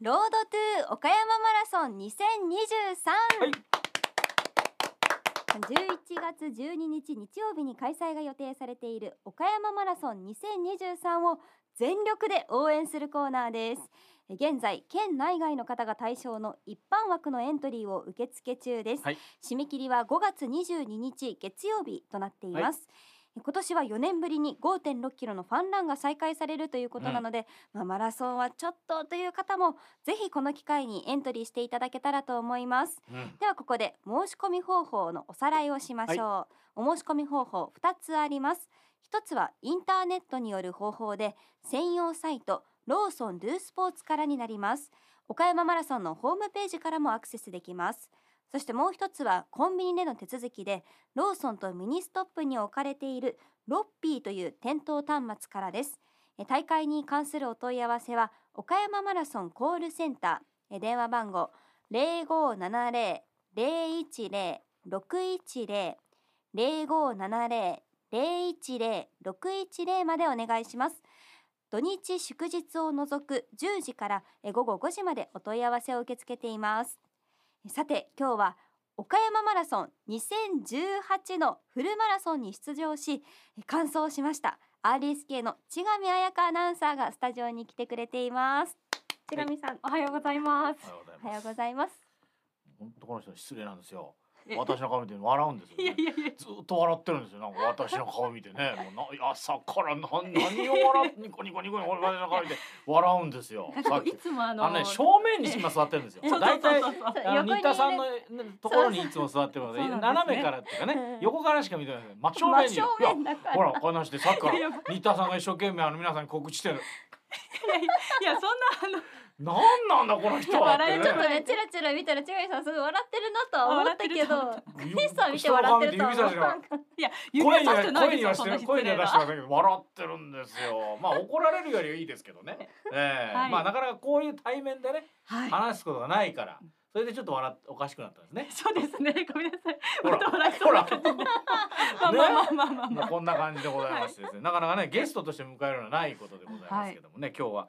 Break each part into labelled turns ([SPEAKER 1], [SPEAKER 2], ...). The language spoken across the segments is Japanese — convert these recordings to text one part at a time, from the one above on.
[SPEAKER 1] ロードトゥ岡山マラソン2023、
[SPEAKER 2] はい
[SPEAKER 1] 11月12日日曜日に開催が予定されている岡山マラソン2023を全力で応援するコーナーですえ現在県内外の方が対象の一般枠のエントリーを受付中です、
[SPEAKER 2] はい
[SPEAKER 1] 締め切りは5月22日月曜日となっています、え今年は4年ぶりに5.6キロのファンランが再開されるということなので、まあ、マラソンはちょっとという方もぜひこの機会にエントリーしていただけたらと思います
[SPEAKER 2] うん
[SPEAKER 1] ではここで申し込み方法のおさらいをしましょう、お申し込み方法2つあります1つはインターネットによる方法で専用サイトローソンルースポーツからになります岡山マラソンのホームページからもアクセスできますそしてもう一つはコンビニでの手続きでローソンとミニストップに置かれているロッピーという店頭端末からですえ大会に関するお問い合わせは岡山マラソンコールセンターえ電話番号零五七零零一零六一零零五七零零一零六一零までお願いします。土日祝日を除く10時からえ午後5時までお問い合わせを受け付けています。さて今日は岡山マラソン2018のフルマラソンに出場しえ完走しました RSK の千上彩香アナウンサーがスタジオに来てくれています。千上さん、おはようございます
[SPEAKER 2] お。はよ
[SPEAKER 1] おはよう
[SPEAKER 2] うございます。
[SPEAKER 1] ございます。
[SPEAKER 2] 本当この人失礼なんですよ。
[SPEAKER 1] え
[SPEAKER 2] 私の顔見て笑うんです よ、
[SPEAKER 1] いや
[SPEAKER 2] ね
[SPEAKER 1] い。やいや。
[SPEAKER 2] ずっと笑ってるんですよ。なんか私の顔見てね、もうな朝からな何を笑ってニコニコニコニコ私の顔見て笑うんですよ。さっき
[SPEAKER 3] いつもあの
[SPEAKER 2] あのね正面に今座ってるんですよ。
[SPEAKER 3] そうそう
[SPEAKER 2] 大体
[SPEAKER 3] そうそう
[SPEAKER 2] あの新田さんの
[SPEAKER 1] 横にいる
[SPEAKER 2] ところにいつも座ってるので
[SPEAKER 3] そうそう
[SPEAKER 2] 斜めからっていうか
[SPEAKER 1] そうなんです
[SPEAKER 2] ね
[SPEAKER 1] ね
[SPEAKER 2] 横からしか見てないので真正
[SPEAKER 1] 真
[SPEAKER 2] 面にい
[SPEAKER 1] 正
[SPEAKER 2] るいや
[SPEAKER 1] 面だから。
[SPEAKER 2] ほらこの話でさっきか
[SPEAKER 3] いやい
[SPEAKER 2] ら新田さんが一生懸命あの皆さんに告知してる
[SPEAKER 3] いやそんな
[SPEAKER 2] なんなんだこの人はって
[SPEAKER 3] 笑え
[SPEAKER 2] ね
[SPEAKER 3] ち
[SPEAKER 1] ちょ
[SPEAKER 3] ゃ
[SPEAKER 1] っとね、チラチラ見たら、千上さん、すごい笑ってるなとは思ったけ
[SPEAKER 3] あ
[SPEAKER 1] ど。
[SPEAKER 2] 指
[SPEAKER 1] ピスさん見て笑ってるとは思
[SPEAKER 2] 人
[SPEAKER 1] わ
[SPEAKER 2] を指さしながら
[SPEAKER 1] なかっ
[SPEAKER 3] いや指
[SPEAKER 2] 声
[SPEAKER 3] は
[SPEAKER 2] に
[SPEAKER 3] さし
[SPEAKER 2] は
[SPEAKER 3] てない
[SPEAKER 2] 声に
[SPEAKER 3] です
[SPEAKER 2] は
[SPEAKER 3] よ
[SPEAKER 2] し
[SPEAKER 3] そ
[SPEAKER 2] て
[SPEAKER 3] んな
[SPEAKER 2] る
[SPEAKER 3] 失
[SPEAKER 2] 声に
[SPEAKER 3] 礼
[SPEAKER 2] は出
[SPEAKER 3] な
[SPEAKER 2] してませんけど笑ってるんですよまあ怒られるよりはいいですけど ね、ええ
[SPEAKER 3] はい
[SPEAKER 2] まあなかなかこういう対面でね
[SPEAKER 1] た。は
[SPEAKER 2] 話すことがないからそれでちょっと笑っおかしくなったんですね
[SPEAKER 3] そうですねごめんなさい
[SPEAKER 2] ほら
[SPEAKER 3] また笑いそ
[SPEAKER 2] ほ
[SPEAKER 3] うな
[SPEAKER 2] ら
[SPEAKER 3] 感じ まあ
[SPEAKER 2] ね
[SPEAKER 3] まあまあまあまあ
[SPEAKER 2] も
[SPEAKER 3] ま
[SPEAKER 2] う
[SPEAKER 3] あ
[SPEAKER 2] こんな感じでございましてですね、なかなかねゲストとして迎えるのはないことでございますけどもね、今日は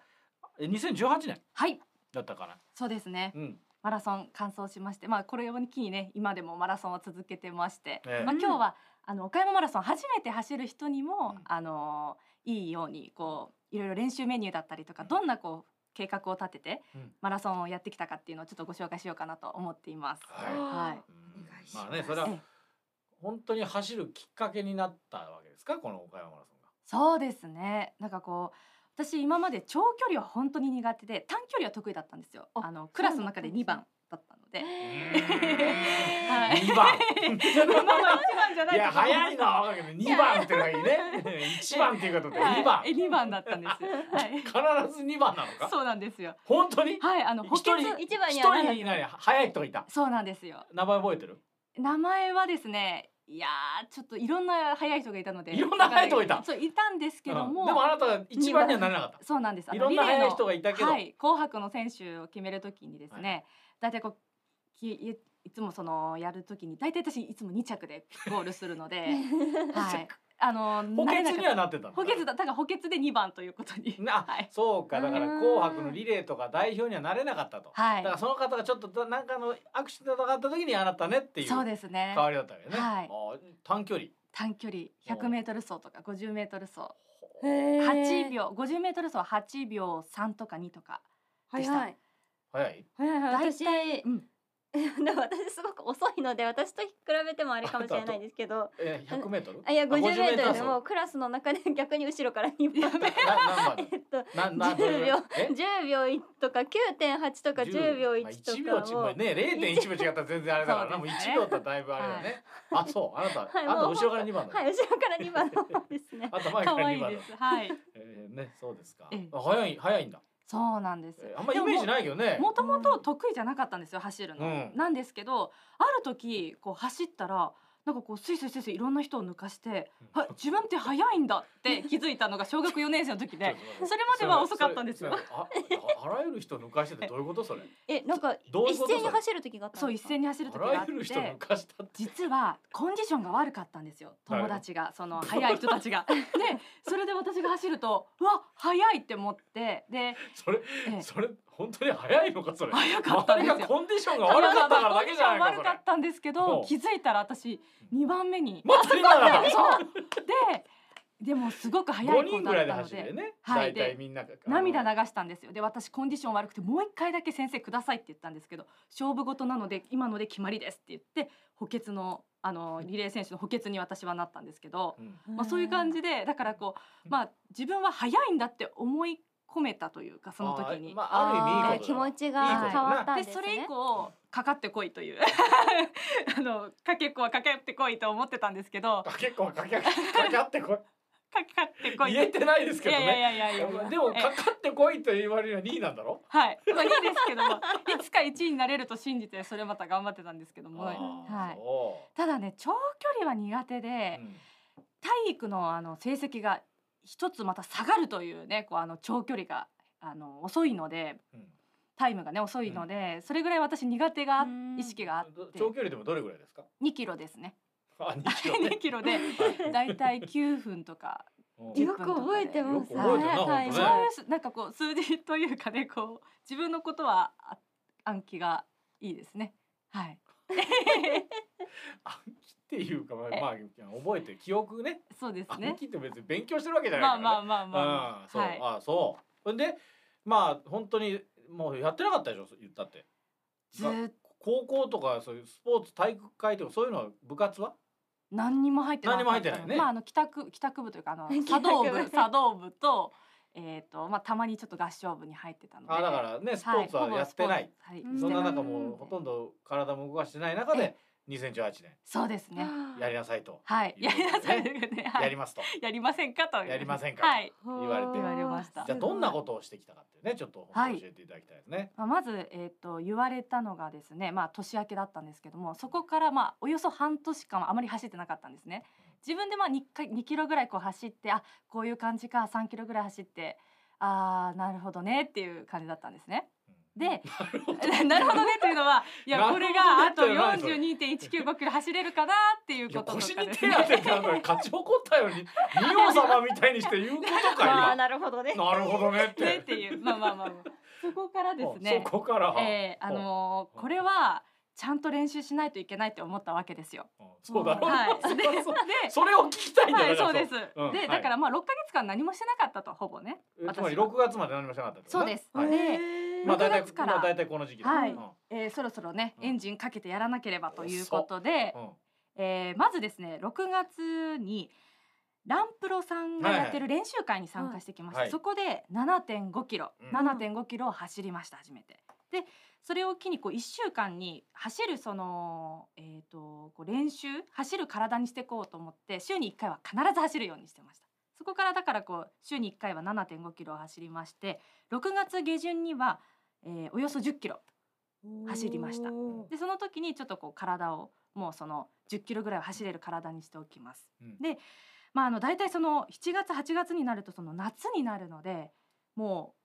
[SPEAKER 2] え2018年
[SPEAKER 3] はい
[SPEAKER 2] だったかな、
[SPEAKER 3] そうですね
[SPEAKER 2] うん、
[SPEAKER 3] マラソン完走しましてまあこれを機にね今でもマラソンを続けてまして、
[SPEAKER 2] ええ
[SPEAKER 3] まあ今日はあの岡山マラソン初めて走る人にも、
[SPEAKER 2] うん
[SPEAKER 3] あのいいようにこういろいろ練習メニューだったりとかどんなこう計画を立てて、
[SPEAKER 2] うん
[SPEAKER 3] マラソンをやってきたかっていうのをちょっとご紹介しようかなと思っています。
[SPEAKER 2] はい
[SPEAKER 3] はい
[SPEAKER 2] うん
[SPEAKER 1] お願いします
[SPEAKER 2] まあねそれは
[SPEAKER 3] ええ
[SPEAKER 2] 本当に走るきっかけになったわけですかこの岡山マラソンが。
[SPEAKER 3] そうですね。なんかこう私今まで長距離は本当に苦手で短距離は得意だったんですよ。
[SPEAKER 1] あ
[SPEAKER 3] あのクラスの中で2番だったので。 はい
[SPEAKER 2] 2番
[SPEAKER 3] まあまあ一番じゃないい
[SPEAKER 2] や早いのは分かるけど2番っていうの がいいね1番っていうことで2番
[SPEAKER 3] え2番だったんです。 はい。
[SPEAKER 2] 必ず2番なのか
[SPEAKER 3] そうなんですよ。
[SPEAKER 2] 本当に
[SPEAKER 3] はい、あの
[SPEAKER 2] 一
[SPEAKER 3] 補欠
[SPEAKER 2] 人
[SPEAKER 1] い。一番
[SPEAKER 2] 一
[SPEAKER 1] にはな
[SPEAKER 2] 人
[SPEAKER 1] ら
[SPEAKER 2] に
[SPEAKER 1] ず。
[SPEAKER 2] 何早い人がいた
[SPEAKER 3] そうなんですよ。
[SPEAKER 2] 名前覚えてる
[SPEAKER 3] 名前はですね、いやーちょっといろんな早い人がいたので、
[SPEAKER 2] いろんな速い人がいた
[SPEAKER 3] だからそういたんですけど
[SPEAKER 2] う
[SPEAKER 3] も、
[SPEAKER 2] んでもあなたは1番にはなれなかっ
[SPEAKER 3] そうなんです。あ
[SPEAKER 2] た
[SPEAKER 3] の
[SPEAKER 2] いろんな
[SPEAKER 3] リレーの
[SPEAKER 2] 早い人がいたけど、
[SPEAKER 3] はい、紅白の選手を決めるときにですね、大体こうきいいつもそのやるときに大体私いつも2着でゴールするので、 はい、あの
[SPEAKER 2] 補欠に
[SPEAKER 3] 慣れなかっ
[SPEAKER 2] はなってた
[SPEAKER 3] た補欠だだから補欠で2番ということに、
[SPEAKER 2] な、
[SPEAKER 3] はい
[SPEAKER 2] そうかだから
[SPEAKER 1] うん
[SPEAKER 2] 紅白のリレーとか代表にはなれなかったと、
[SPEAKER 3] は
[SPEAKER 2] だから
[SPEAKER 3] い、
[SPEAKER 2] その方がちょっと何かのアクシデントがあった時にあなたねっていう
[SPEAKER 3] そう
[SPEAKER 2] 代
[SPEAKER 3] ですね。
[SPEAKER 2] わりだったわけね、
[SPEAKER 3] はい
[SPEAKER 2] あー短距離
[SPEAKER 3] 短距離100メートル走とか50メートル走、
[SPEAKER 1] へー
[SPEAKER 3] 8。秒50メートル走は8秒3とか2とか、
[SPEAKER 1] は
[SPEAKER 3] で
[SPEAKER 1] い
[SPEAKER 3] した
[SPEAKER 1] はい。
[SPEAKER 2] 早い
[SPEAKER 1] はいはいはい。
[SPEAKER 3] 大
[SPEAKER 1] 私、
[SPEAKER 3] 体うん、
[SPEAKER 1] でも私すごく遅いので、私と比べてもあれかもしれないですけど。
[SPEAKER 2] えー、100メートル
[SPEAKER 1] あいや、50メートルでも
[SPEAKER 2] も
[SPEAKER 1] うクラスの中で逆に後ろから2番。
[SPEAKER 2] 何番だ
[SPEAKER 1] えっと、
[SPEAKER 2] なな どれぐらい
[SPEAKER 1] 10秒
[SPEAKER 2] え
[SPEAKER 1] 10秒1とか9.8とか10秒1と
[SPEAKER 2] まあ1
[SPEAKER 1] か
[SPEAKER 2] 秒違
[SPEAKER 1] を
[SPEAKER 2] う。ね0.1秒違ったら全然あれだからな
[SPEAKER 3] そう
[SPEAKER 2] もう
[SPEAKER 3] ですね
[SPEAKER 2] 1秒とだいぶあれだね、あそうあなた、
[SPEAKER 1] はい
[SPEAKER 2] あなた
[SPEAKER 1] もう
[SPEAKER 2] 後ろから2番だ、
[SPEAKER 1] はい、後ろから2番の方です ね。
[SPEAKER 2] あなた前か
[SPEAKER 3] 可
[SPEAKER 2] ら
[SPEAKER 3] 愛
[SPEAKER 2] 2
[SPEAKER 3] い
[SPEAKER 2] 番
[SPEAKER 3] で
[SPEAKER 2] だ
[SPEAKER 3] す。はい、
[SPEAKER 2] えー、ねそうですか
[SPEAKER 3] ええ
[SPEAKER 2] あ早い早いんだ、
[SPEAKER 3] そうなんです。
[SPEAKER 2] えーあんまイメージないけどね
[SPEAKER 3] もともと得意じゃなかったんですよ走るの、
[SPEAKER 2] うん
[SPEAKER 3] なんですけどある時こう走ったらなんかこうスイスイスイスイいろんな人を抜かして、
[SPEAKER 2] うん
[SPEAKER 3] は自分って速いんだって気づいたのが小学4年生 の時でそれまでは遅かったんですよ
[SPEAKER 2] それそれあああらゆる人抜かしててどういうこと それ
[SPEAKER 1] え、なんか
[SPEAKER 2] どういう
[SPEAKER 1] 一
[SPEAKER 2] こと
[SPEAKER 1] 斉に走る時があったんですか。
[SPEAKER 3] そう一斉に走る時
[SPEAKER 2] あ
[SPEAKER 3] があ
[SPEAKER 2] ら
[SPEAKER 3] っ
[SPEAKER 2] ゆる人抜
[SPEAKER 3] て
[SPEAKER 2] かしたって
[SPEAKER 3] 実はコンディションが悪かったんですよ友達 がその速い人たちが。でそれで私が走るとうわ速いって思ってで
[SPEAKER 2] それ
[SPEAKER 3] ええ
[SPEAKER 2] それ本当に早いのかそれ。
[SPEAKER 3] 早かった
[SPEAKER 2] 周
[SPEAKER 3] ん
[SPEAKER 2] り
[SPEAKER 3] で
[SPEAKER 2] が
[SPEAKER 3] すよ
[SPEAKER 2] コンディションが悪かったからだけじゃない
[SPEAKER 3] 悪
[SPEAKER 2] か
[SPEAKER 3] かったんですけど
[SPEAKER 2] ほう
[SPEAKER 3] 気づいたら私2番目 に
[SPEAKER 2] それ。まず今だから。
[SPEAKER 3] そうででもすごく早い
[SPEAKER 2] 五
[SPEAKER 3] 子
[SPEAKER 2] 人ぐら
[SPEAKER 3] だっ
[SPEAKER 2] いで
[SPEAKER 3] たの
[SPEAKER 2] 走るよ
[SPEAKER 3] で
[SPEAKER 2] ね。
[SPEAKER 3] は
[SPEAKER 2] はいい。
[SPEAKER 3] で
[SPEAKER 2] 大体みんなが
[SPEAKER 3] 涙
[SPEAKER 2] が
[SPEAKER 3] 流したんですよで私コンディション悪くてもう一回だけ先生くださいって言ったんですけど勝負事なので今ので決まりですって言って補欠のあのリレー選手の補欠に私はなったんですけど、まあ、そういう感じでだからこう、まあ、自分は早いんだって思い込めたというかその時に。
[SPEAKER 2] まあある意味いいことだ。
[SPEAKER 1] 気持ち
[SPEAKER 3] いいこ
[SPEAKER 1] が
[SPEAKER 3] と
[SPEAKER 1] 変わったん
[SPEAKER 3] で
[SPEAKER 1] です
[SPEAKER 3] そ
[SPEAKER 1] ね
[SPEAKER 3] れ以降かかってこいという あのかけっこはかかってこいと思ってたんですけどか
[SPEAKER 2] あ結構かけかけ合ってこい。
[SPEAKER 3] かって こい
[SPEAKER 2] 言えてないですけど
[SPEAKER 3] いやい
[SPEAKER 2] ね。
[SPEAKER 3] やいやいやいや
[SPEAKER 2] でもかかってこいと言われるは2位なんだろ。
[SPEAKER 3] はい、まあ、いいですけどもいつか1位になれると信じてそれまた頑張ってたんですけども、は
[SPEAKER 2] あー
[SPEAKER 3] い、
[SPEAKER 2] そ
[SPEAKER 3] ただね長距離は苦手
[SPEAKER 2] う
[SPEAKER 3] で、
[SPEAKER 2] うん
[SPEAKER 3] 体育のあの成績が一つまた下がるというねこうあの長距離があの遅いので
[SPEAKER 2] うん
[SPEAKER 3] タイムがね遅いので、それぐらい私苦手が
[SPEAKER 1] うん
[SPEAKER 3] 意識があって
[SPEAKER 2] ど長距離でもどれぐらいですか。
[SPEAKER 3] 2キロですね
[SPEAKER 2] あ2キ ロね。
[SPEAKER 3] 2キロでだいたい9分とか
[SPEAKER 2] うん
[SPEAKER 3] 10
[SPEAKER 1] よく覚えてます
[SPEAKER 2] よく覚えてるな
[SPEAKER 1] はい
[SPEAKER 2] 本
[SPEAKER 3] そ
[SPEAKER 2] 当
[SPEAKER 1] はい
[SPEAKER 2] ね
[SPEAKER 3] ういうなんかこう数字というかねこう自分のことはあ暗記がいいですねはい
[SPEAKER 2] 暗記っていうかまあ、まあ、覚えて記憶ね
[SPEAKER 3] そうです
[SPEAKER 2] 暗
[SPEAKER 3] ね
[SPEAKER 2] 記って別に勉強してるわけじゃないか
[SPEAKER 3] まあ
[SPEAKER 2] ら、ね、
[SPEAKER 3] まあまあまあ
[SPEAKER 2] う
[SPEAKER 3] ま
[SPEAKER 2] ん
[SPEAKER 3] あ
[SPEAKER 2] そう、
[SPEAKER 3] はい
[SPEAKER 2] あそうほんでまあ本当にもうやってなかったでしょ言ったって
[SPEAKER 3] ずーっ
[SPEAKER 2] 高校とかそういうスポーツ体育会とかそういうのは部活は
[SPEAKER 3] 何にも入ってなか
[SPEAKER 2] 何に
[SPEAKER 3] った
[SPEAKER 2] も入ってないよね
[SPEAKER 3] まああの帰宅 帰宅部というかあの
[SPEAKER 1] 帰
[SPEAKER 3] 茶
[SPEAKER 1] 宅部
[SPEAKER 3] 道部茶道部とえっ、とまあたまにちょっと合唱部に入ってたので
[SPEAKER 2] あだからねスポーツはやってない、、
[SPEAKER 3] はい、
[SPEAKER 1] うん
[SPEAKER 3] ほぼスポ
[SPEAKER 2] そ
[SPEAKER 3] ーツはい、
[SPEAKER 2] んな
[SPEAKER 3] して
[SPEAKER 2] 中
[SPEAKER 3] い
[SPEAKER 2] もうほとんど体も動かしてない中で2018年
[SPEAKER 3] そうですね
[SPEAKER 2] やりなさいと
[SPEAKER 3] はい
[SPEAKER 2] という
[SPEAKER 3] やりなさい
[SPEAKER 2] こと
[SPEAKER 3] ねは
[SPEAKER 2] や
[SPEAKER 3] い
[SPEAKER 2] りますと
[SPEAKER 3] やりませんかという
[SPEAKER 2] やりませんかと
[SPEAKER 3] はい
[SPEAKER 2] 言われて
[SPEAKER 3] 言われました
[SPEAKER 2] じゃあどんなこととをしてきたかってねちょっと
[SPEAKER 3] はい
[SPEAKER 2] 教えていただきたいですね、
[SPEAKER 3] まあ、まず、えー、と言われたのがですね、まあ、年明けだったんですけどもそこから、まあ、およそ半年間はあまり走ってなかったんですね。自分でまあ 2, 回2キロぐらいこう走ってあこういう感じか3キロぐらい走ってあーなるほどねっていう感じだったんですね。
[SPEAKER 2] うん
[SPEAKER 3] で なるほどねというのはい
[SPEAKER 2] な
[SPEAKER 3] や
[SPEAKER 2] る
[SPEAKER 3] こ
[SPEAKER 2] ほどね
[SPEAKER 3] れがあと
[SPEAKER 2] って何それ
[SPEAKER 3] 42.195キロ走れるかなっていう
[SPEAKER 2] い
[SPEAKER 3] こ
[SPEAKER 2] や
[SPEAKER 3] とと
[SPEAKER 2] 腰
[SPEAKER 3] か
[SPEAKER 2] に
[SPEAKER 3] です
[SPEAKER 2] 手
[SPEAKER 3] ね。
[SPEAKER 2] 当ててなんか勝ち誇ったように仁王様みたいにして言うこと
[SPEAKER 1] ま
[SPEAKER 2] か
[SPEAKER 1] あなるほどね
[SPEAKER 2] 今なるほどねっ
[SPEAKER 3] ね
[SPEAKER 2] て
[SPEAKER 3] っていうまあまあまあまあそこからですね
[SPEAKER 2] そこから、
[SPEAKER 3] えーあのーこれはちゃんと練習しないといけないって思ったわけですよ。
[SPEAKER 2] うんそうだろう、
[SPEAKER 3] はい
[SPEAKER 2] そ
[SPEAKER 3] で
[SPEAKER 2] りゃそう
[SPEAKER 3] で
[SPEAKER 2] それを聞きたいんだ
[SPEAKER 3] は
[SPEAKER 2] よ
[SPEAKER 3] い、そうで
[SPEAKER 2] だ
[SPEAKER 3] す。
[SPEAKER 2] うんは
[SPEAKER 3] で、
[SPEAKER 2] い
[SPEAKER 3] だからまあ六ヶ月間何もしてなかったとほぼね。
[SPEAKER 2] らつまり
[SPEAKER 3] 私は
[SPEAKER 2] 6月まで何もしなかったってことね
[SPEAKER 3] そうです
[SPEAKER 2] はい
[SPEAKER 3] で
[SPEAKER 2] まあ大
[SPEAKER 3] 6
[SPEAKER 2] 体
[SPEAKER 3] 月から
[SPEAKER 2] まあ大体この時期だ
[SPEAKER 3] はい
[SPEAKER 2] うんうん
[SPEAKER 3] えーそろそろね
[SPEAKER 2] うん
[SPEAKER 3] エンジンかけてやらなければということで、えーまずですね6月にランプロさんがやってる練習会に参加してきました。
[SPEAKER 2] はい
[SPEAKER 3] そこで7.5キロ、
[SPEAKER 2] うん
[SPEAKER 3] 7.5キロを走りました初めて。で、それを機にこう一週間に走るそのえっ、とこう練習走る体にしていこうと思って週に一回は必ず走るようにしてました。そこからだからこう週に1回は7.5キロを走りまして6月下旬には、えーおよそ10キロ走りましたでその時にちょっとこう体をもうその10キロぐらいは走れる体にしておきます。
[SPEAKER 2] うん
[SPEAKER 3] で、まあ、あの大体その7月8月になるとその夏になるのでも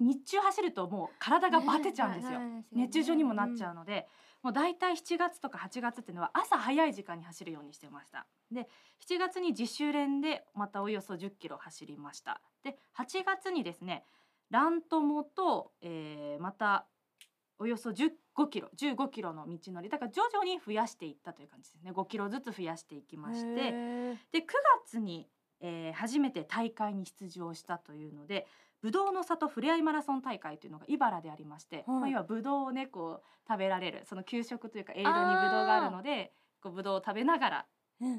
[SPEAKER 3] う日中走るともう体がバテちゃうんですよ。熱中症にもなっちゃう
[SPEAKER 1] の
[SPEAKER 3] ので、もう大体7月とか8月っていうのは朝早い時間に走るようにしてましたで7月に自主練でまたおよそ1 0キロ走りましたで8月にですねラン友と、えーまたおよそ15キロ15キロの道のりだから徐々に増やしていったという感じですね5キロずつ増やしていきましてで9月に、えー初めて大会に出場したというのでぶどうの里ふれあいマラソン大会というのが茨でありまして、
[SPEAKER 1] はい
[SPEAKER 3] まあ、要はぶどうをねこう食べられるその給食というかエイドにぶどうがあるのでこうぶどうを食べながら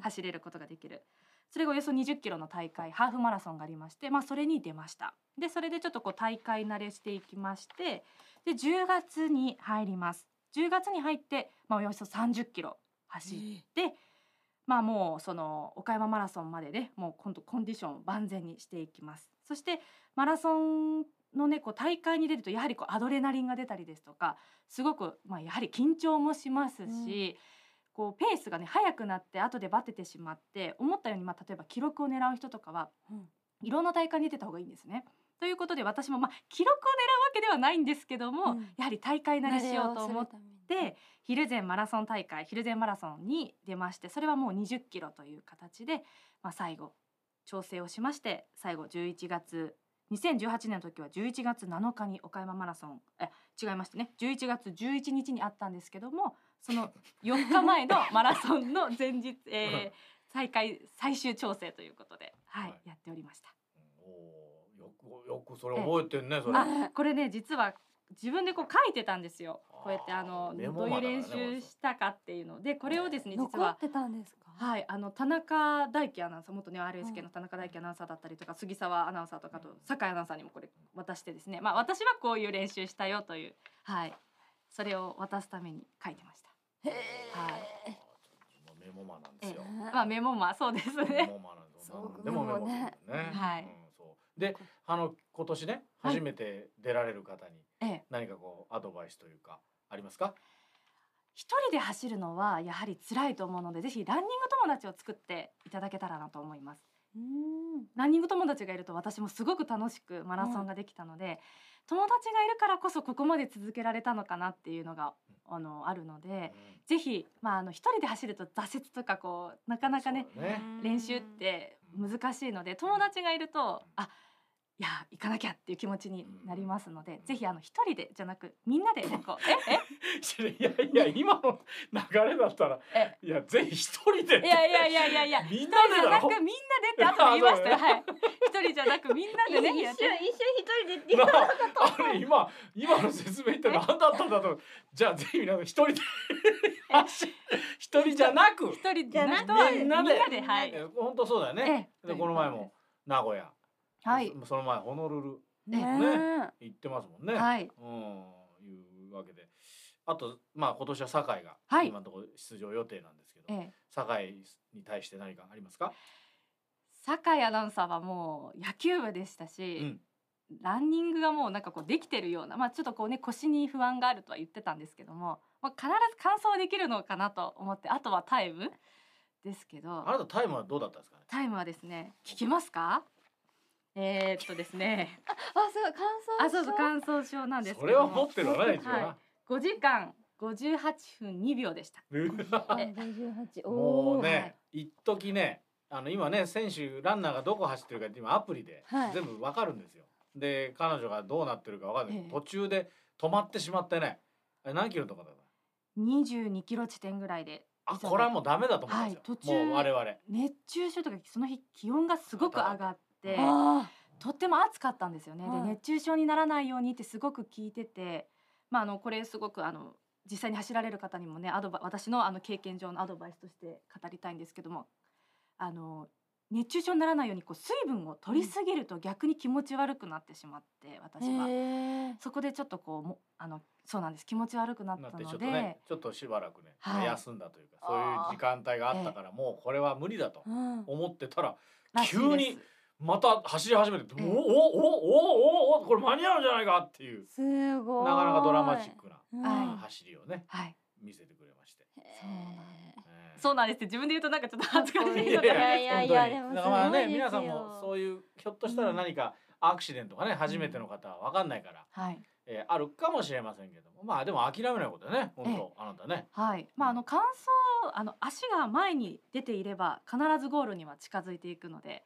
[SPEAKER 3] 走れることができる。それがおよそ20キロの大会ハーフマラソンがありまして、まあ、それに出ましたでそれでちょっとこう大会慣れしていきましてで10月に入ります10月に入って、まあ、およそ30キロ走って、まあ、もうその岡山マラソンまでねもう今度コンディションを万全にしていきますそしてマラソンのねこう大会に出るとやはりこうアドレナリンが出たりですとかすごく、まあ、やはり緊張もしますし、こうペースがね速くなって後でバテてしまって思ったように、まあ、例えば記録を狙う人とかは、
[SPEAKER 1] うん
[SPEAKER 3] いろんな大会に出てた方がいいんですね。ということで私も、まあ、記録を狙うわけではないんですけども、
[SPEAKER 1] うん
[SPEAKER 3] やはり大会慣れしようと思って。
[SPEAKER 1] で
[SPEAKER 3] で昼前マラソン大会昼前マラソンに出ましてそれはもう20キロという形で、まあ、最後調整をしまして最後11月2018年の時は11月7日に岡山マラソンえ違いましてね11月11日にあったんですけどもその4日前 のマラソンの前日、えー、再開最終調整ということで、はい
[SPEAKER 2] はい
[SPEAKER 3] やっておりました。
[SPEAKER 2] おーよくよくそれ覚えてんねそれ。
[SPEAKER 3] あこれね実は自分でこう書いてたんですよこうやってあの
[SPEAKER 2] あーメ
[SPEAKER 3] ど
[SPEAKER 2] モ
[SPEAKER 3] う
[SPEAKER 2] ま
[SPEAKER 3] いう
[SPEAKER 2] でだね
[SPEAKER 3] 練習したかっていうのでこれをですね実
[SPEAKER 1] 残
[SPEAKER 3] は
[SPEAKER 1] ってたんですか。
[SPEAKER 3] はい、あの田中大輝アナウンサー元ね RSK の田中大輝アナウンサーだったりとか、杉沢アナウンサーとかと酒井アナウンサーにもこれ渡してですね、まあ、私はこういう練習したよという、はい、それを渡すために書いてました。
[SPEAKER 1] へ
[SPEAKER 2] あ
[SPEAKER 1] え。
[SPEAKER 2] ーメモマなんですよ。
[SPEAKER 3] まあ、メモまあそうです
[SPEAKER 2] メ
[SPEAKER 3] ね。
[SPEAKER 2] モマなんです
[SPEAKER 1] そう
[SPEAKER 2] 何でもメモするもんね。
[SPEAKER 3] はい
[SPEAKER 2] うんそうであの今年ね
[SPEAKER 3] はい
[SPEAKER 2] 初めて出られる方に
[SPEAKER 3] ええ、
[SPEAKER 2] 何かこうアドバイスというかありますか？
[SPEAKER 3] 一人で走るのはやはり辛いと思うので、ぜひランニング友達を作っていただけたらなと思います。
[SPEAKER 1] うん。
[SPEAKER 3] ランニング友達がいると私もすごく楽しくマラソンができたので、友達がいるからこそここまで続けられたのかなっていうのがあのあるの
[SPEAKER 2] う
[SPEAKER 3] で
[SPEAKER 2] ん、
[SPEAKER 3] ぜひ、まあ、あの一人で走ると挫折とかこうなかなかね
[SPEAKER 2] そうだね。
[SPEAKER 3] 練習って難しいので友達がいるとあいや行かなきゃっていう気持ちになりますので、
[SPEAKER 2] うん
[SPEAKER 3] ぜひあの一人でじゃなくみんなでこうえ
[SPEAKER 2] いやいや今の流れだったら
[SPEAKER 3] え
[SPEAKER 2] いやぜひ一人でって
[SPEAKER 3] えいやいやいやいやいや
[SPEAKER 2] みんな
[SPEAKER 3] 一人じ
[SPEAKER 2] で
[SPEAKER 3] ゃな
[SPEAKER 2] だ
[SPEAKER 3] く
[SPEAKER 2] ろ
[SPEAKER 3] みんなでって後で言いましたよ、
[SPEAKER 2] あそうだね
[SPEAKER 3] はい一人じゃなくみんなでねやっ
[SPEAKER 1] 人
[SPEAKER 3] て
[SPEAKER 1] で
[SPEAKER 2] なあれ今今の説明って何だったんだとじゃあぜひ皆さん一人で走る一人じゃなく
[SPEAKER 3] 一人
[SPEAKER 1] じゃ
[SPEAKER 3] の
[SPEAKER 1] なく
[SPEAKER 3] 人は
[SPEAKER 2] み
[SPEAKER 3] み
[SPEAKER 2] ん
[SPEAKER 3] ん
[SPEAKER 2] な
[SPEAKER 3] な
[SPEAKER 2] で
[SPEAKER 3] ではい。
[SPEAKER 2] え本当そうだよね
[SPEAKER 3] ええ
[SPEAKER 2] でこの前も名古屋
[SPEAKER 3] はい
[SPEAKER 2] そその前ホノルル
[SPEAKER 1] ね
[SPEAKER 3] ね
[SPEAKER 1] え。
[SPEAKER 2] 行ってますもんね
[SPEAKER 3] はい
[SPEAKER 2] うんいうわけであとまあ今年は酒井が
[SPEAKER 3] はい
[SPEAKER 2] 今のところ出場予定なんですけど、
[SPEAKER 3] ええ
[SPEAKER 2] 酒井に対して何かありますか、
[SPEAKER 3] 酒井アナウンサーはもう野球部でした
[SPEAKER 2] う
[SPEAKER 3] し、
[SPEAKER 2] ん
[SPEAKER 3] ランニングがもうなんかこうできてるような、まあ、ちょっとこうね腰に不安があるとは言ってたんですけども、まあ、必ず完走できるのかなと思ってあとはタイムですけど
[SPEAKER 2] あなたタイムはどうだったんですかね
[SPEAKER 3] タイムはですね聞きますかえー、っとで すね
[SPEAKER 1] あ、そう、感想。
[SPEAKER 3] あそうそう乾燥症なんです
[SPEAKER 2] そ
[SPEAKER 3] けども
[SPEAKER 2] れは持ってるわね一応な、
[SPEAKER 3] は5時間58分2秒でした
[SPEAKER 1] あ。五十八。
[SPEAKER 2] も
[SPEAKER 1] お
[SPEAKER 2] う
[SPEAKER 1] ー
[SPEAKER 2] ね、一時ね、あの今ね、選手ランナーがどこ走ってるかって今アプリで
[SPEAKER 1] はい
[SPEAKER 2] 全部わかるんですよ。で、彼女がどうなってるかわかる、
[SPEAKER 3] ええ
[SPEAKER 2] 途中で止まってしまってね、あれ何キロとかだった。
[SPEAKER 3] 22キロ地点ぐらいで
[SPEAKER 2] あ、これはもうダメだと思うんですよ。
[SPEAKER 3] はい途中
[SPEAKER 2] もう我々。
[SPEAKER 3] 熱中症とかその日気温がすごく上がって
[SPEAKER 1] あ
[SPEAKER 3] とっても暑かったんですよね、
[SPEAKER 1] はい
[SPEAKER 3] で熱中症にならないようにってすごく聞いてて、まあ、あのこれすごくあの実際に走られる方にもねアドバ私のあの経験上のアドバイスとして語りたいんですけどもあの熱中症にならないようにこう水分を取りすぎると逆に気持ち悪くなってしまって
[SPEAKER 1] ー。
[SPEAKER 3] 私は、
[SPEAKER 1] へえ。
[SPEAKER 3] そこでちょっとこうもあのそうなんです気持ち悪くなった
[SPEAKER 2] なっ
[SPEAKER 3] の
[SPEAKER 2] て
[SPEAKER 3] で
[SPEAKER 2] ちょっとね、ちょっとしばらくね、
[SPEAKER 3] はい
[SPEAKER 2] 休んだというか、そういう時間帯があったから、もうこれは無理だと
[SPEAKER 1] うん。
[SPEAKER 2] 思ってたら、
[SPEAKER 3] らしいです
[SPEAKER 2] 急にまた走り始めて、お
[SPEAKER 3] え
[SPEAKER 2] お
[SPEAKER 3] え
[SPEAKER 2] おおおおこれ間に合うんじゃないかっていう、
[SPEAKER 1] すごい。
[SPEAKER 2] なかなかドラマチッ。クな
[SPEAKER 1] はい。
[SPEAKER 2] 走りをね、
[SPEAKER 3] はい
[SPEAKER 2] 見せてくれまして。
[SPEAKER 3] そうなん
[SPEAKER 1] へ
[SPEAKER 2] ええ
[SPEAKER 3] そうなんですって自分で言うとなんかちょっと恥ずかしい
[SPEAKER 1] い
[SPEAKER 3] の
[SPEAKER 1] やい
[SPEAKER 3] で
[SPEAKER 1] やいやいやでもすごいですよ
[SPEAKER 2] だからまあね皆さんもそういうひょっとしたら何かアクシデントがね、初めての方は分かんないから、
[SPEAKER 3] はい
[SPEAKER 2] えーあるかもしれませんけどもまあでも諦めないことだね本当、あなたね。
[SPEAKER 3] はい、まあ、あの乾燥、あの足が前に出ていれば、必ずゴールには近づいていくので。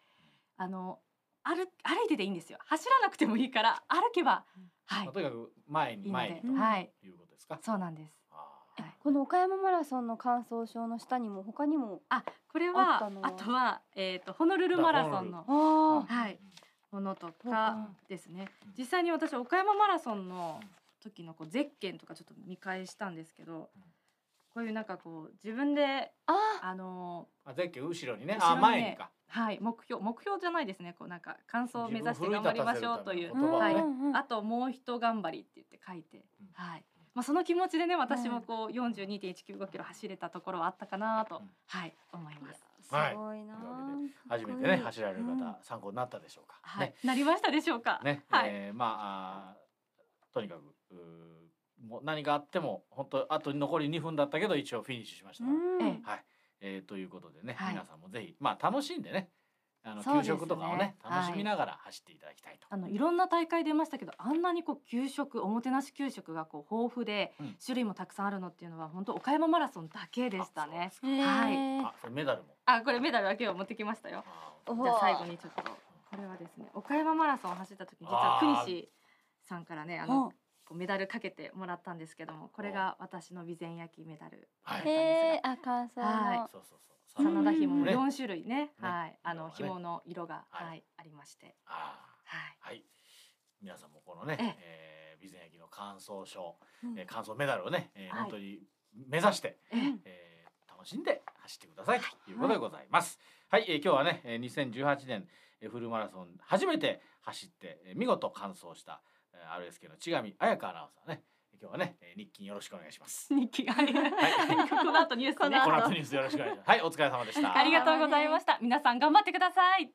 [SPEAKER 3] あの、歩、歩いてていいんですよ。走らなくてもいいから、歩けば
[SPEAKER 1] うん。
[SPEAKER 3] は
[SPEAKER 2] まあ
[SPEAKER 3] い
[SPEAKER 2] と。にかく前に
[SPEAKER 3] いいの
[SPEAKER 2] 前に
[SPEAKER 3] で
[SPEAKER 2] と。
[SPEAKER 1] ん
[SPEAKER 3] はい。
[SPEAKER 2] いうことですか。
[SPEAKER 3] そうなんです。
[SPEAKER 2] あ
[SPEAKER 1] え
[SPEAKER 3] はい
[SPEAKER 1] この岡山マラソンの感想症の下にも他にも
[SPEAKER 3] これ
[SPEAKER 1] あった
[SPEAKER 3] は
[SPEAKER 1] の、は
[SPEAKER 3] あとは、えっと、ホノルルマラソンの
[SPEAKER 2] ー
[SPEAKER 1] ああ
[SPEAKER 3] はいものとかですね
[SPEAKER 2] うん。
[SPEAKER 3] 実際に私、岡山マラソンの
[SPEAKER 2] うん
[SPEAKER 3] 時のこうゼッケンとか、ちょっと見返したんですけど
[SPEAKER 2] うん。
[SPEAKER 3] こういうなんかこう、自分で、
[SPEAKER 1] あ
[SPEAKER 3] あのー
[SPEAKER 2] あ前期後ろにね
[SPEAKER 3] 後ろ
[SPEAKER 2] あ
[SPEAKER 3] にね
[SPEAKER 2] 前にか。
[SPEAKER 3] はい、目標目標じゃないですね。こうなんか感想を目指して頑張りましょうという。
[SPEAKER 2] 言葉を
[SPEAKER 3] は
[SPEAKER 2] ね
[SPEAKER 3] い
[SPEAKER 1] うん。うんうん
[SPEAKER 3] あともう一頑張りって言って書いて
[SPEAKER 2] うん、
[SPEAKER 3] はい。まあその気持ちでね、私もこう四十二点一九五キロ走れたところはあったかなと
[SPEAKER 2] うん、
[SPEAKER 3] はい、思います。
[SPEAKER 1] す
[SPEAKER 2] はい
[SPEAKER 1] ごいな
[SPEAKER 2] というわ
[SPEAKER 1] あ。
[SPEAKER 2] 初めてね走られる方、参考になったでしょうか。
[SPEAKER 3] はい
[SPEAKER 2] ね、
[SPEAKER 3] なりましたでしょうか。
[SPEAKER 2] ね、
[SPEAKER 3] はい
[SPEAKER 2] えーまああーとにかくうーもう何があっても本当あと残り2分だったけど一応フィニッシュしました
[SPEAKER 1] う
[SPEAKER 2] から、
[SPEAKER 1] ん。
[SPEAKER 3] え
[SPEAKER 2] えーということでね、
[SPEAKER 3] はい
[SPEAKER 2] 皆さんもぜひまあ楽しんでねあの
[SPEAKER 3] そうで
[SPEAKER 2] 給
[SPEAKER 3] すね
[SPEAKER 2] 食とかをね
[SPEAKER 3] はい
[SPEAKER 2] 楽しみながら走っていただきたいと。
[SPEAKER 3] あのいろんな大会出ましたけどあんなにこう給食おもてなし給食がこう豊富で、
[SPEAKER 2] うん
[SPEAKER 3] 種類もたくさんあるのっていうのは本当岡山マラソンだけでしたね
[SPEAKER 1] へー
[SPEAKER 3] はい
[SPEAKER 2] あそれメダルも。
[SPEAKER 3] あこれメダルだけを持ってきましたよ
[SPEAKER 2] あー
[SPEAKER 1] お
[SPEAKER 3] じゃあ最後にちょっとこれはですね岡山マラソンを走った時に実は国
[SPEAKER 2] あー
[SPEAKER 3] 士さんからねあの
[SPEAKER 1] お
[SPEAKER 3] こうメダルかけてもらったんですけどもこれが私の備前焼きメダル
[SPEAKER 2] は
[SPEAKER 3] だったん
[SPEAKER 2] い
[SPEAKER 3] ですが、
[SPEAKER 4] へえあ感想の
[SPEAKER 3] は
[SPEAKER 2] そうそうそ
[SPEAKER 1] 真
[SPEAKER 2] う。
[SPEAKER 3] 真
[SPEAKER 1] 田
[SPEAKER 3] 田
[SPEAKER 1] 紐
[SPEAKER 3] 紐
[SPEAKER 1] も
[SPEAKER 3] も
[SPEAKER 2] ね
[SPEAKER 3] 4種類ねはい
[SPEAKER 2] 色
[SPEAKER 3] あ
[SPEAKER 2] は
[SPEAKER 3] の
[SPEAKER 2] ね
[SPEAKER 3] 紐の色が、
[SPEAKER 2] はい
[SPEAKER 3] はい、ありまして
[SPEAKER 2] あ
[SPEAKER 3] は
[SPEAKER 2] ーは
[SPEAKER 3] い
[SPEAKER 2] い。皆さんもこのね、
[SPEAKER 3] ええ
[SPEAKER 2] えー、備前焼の感想賞、
[SPEAKER 1] うん
[SPEAKER 2] えー、感想メダルをね、えー、
[SPEAKER 3] は
[SPEAKER 2] 本
[SPEAKER 3] い
[SPEAKER 2] 当に目指して、
[SPEAKER 3] ええ
[SPEAKER 2] えー、楽しんで走ってくださいということでございます。はい、えー、今日はね、えー、2018年えーフルマラソン初めて走って、えー、見事完走した、えー、RSK の千上彩香アナウンサーね、今日はね、えー、日勤よろしくお願いし ます。
[SPEAKER 3] 日記はい この後ニュース
[SPEAKER 4] こ
[SPEAKER 3] ね
[SPEAKER 4] の後
[SPEAKER 2] この後ニュースよろしくお願いします。はい、お疲れ様でした。
[SPEAKER 3] ありがとうございました皆さん頑張ってください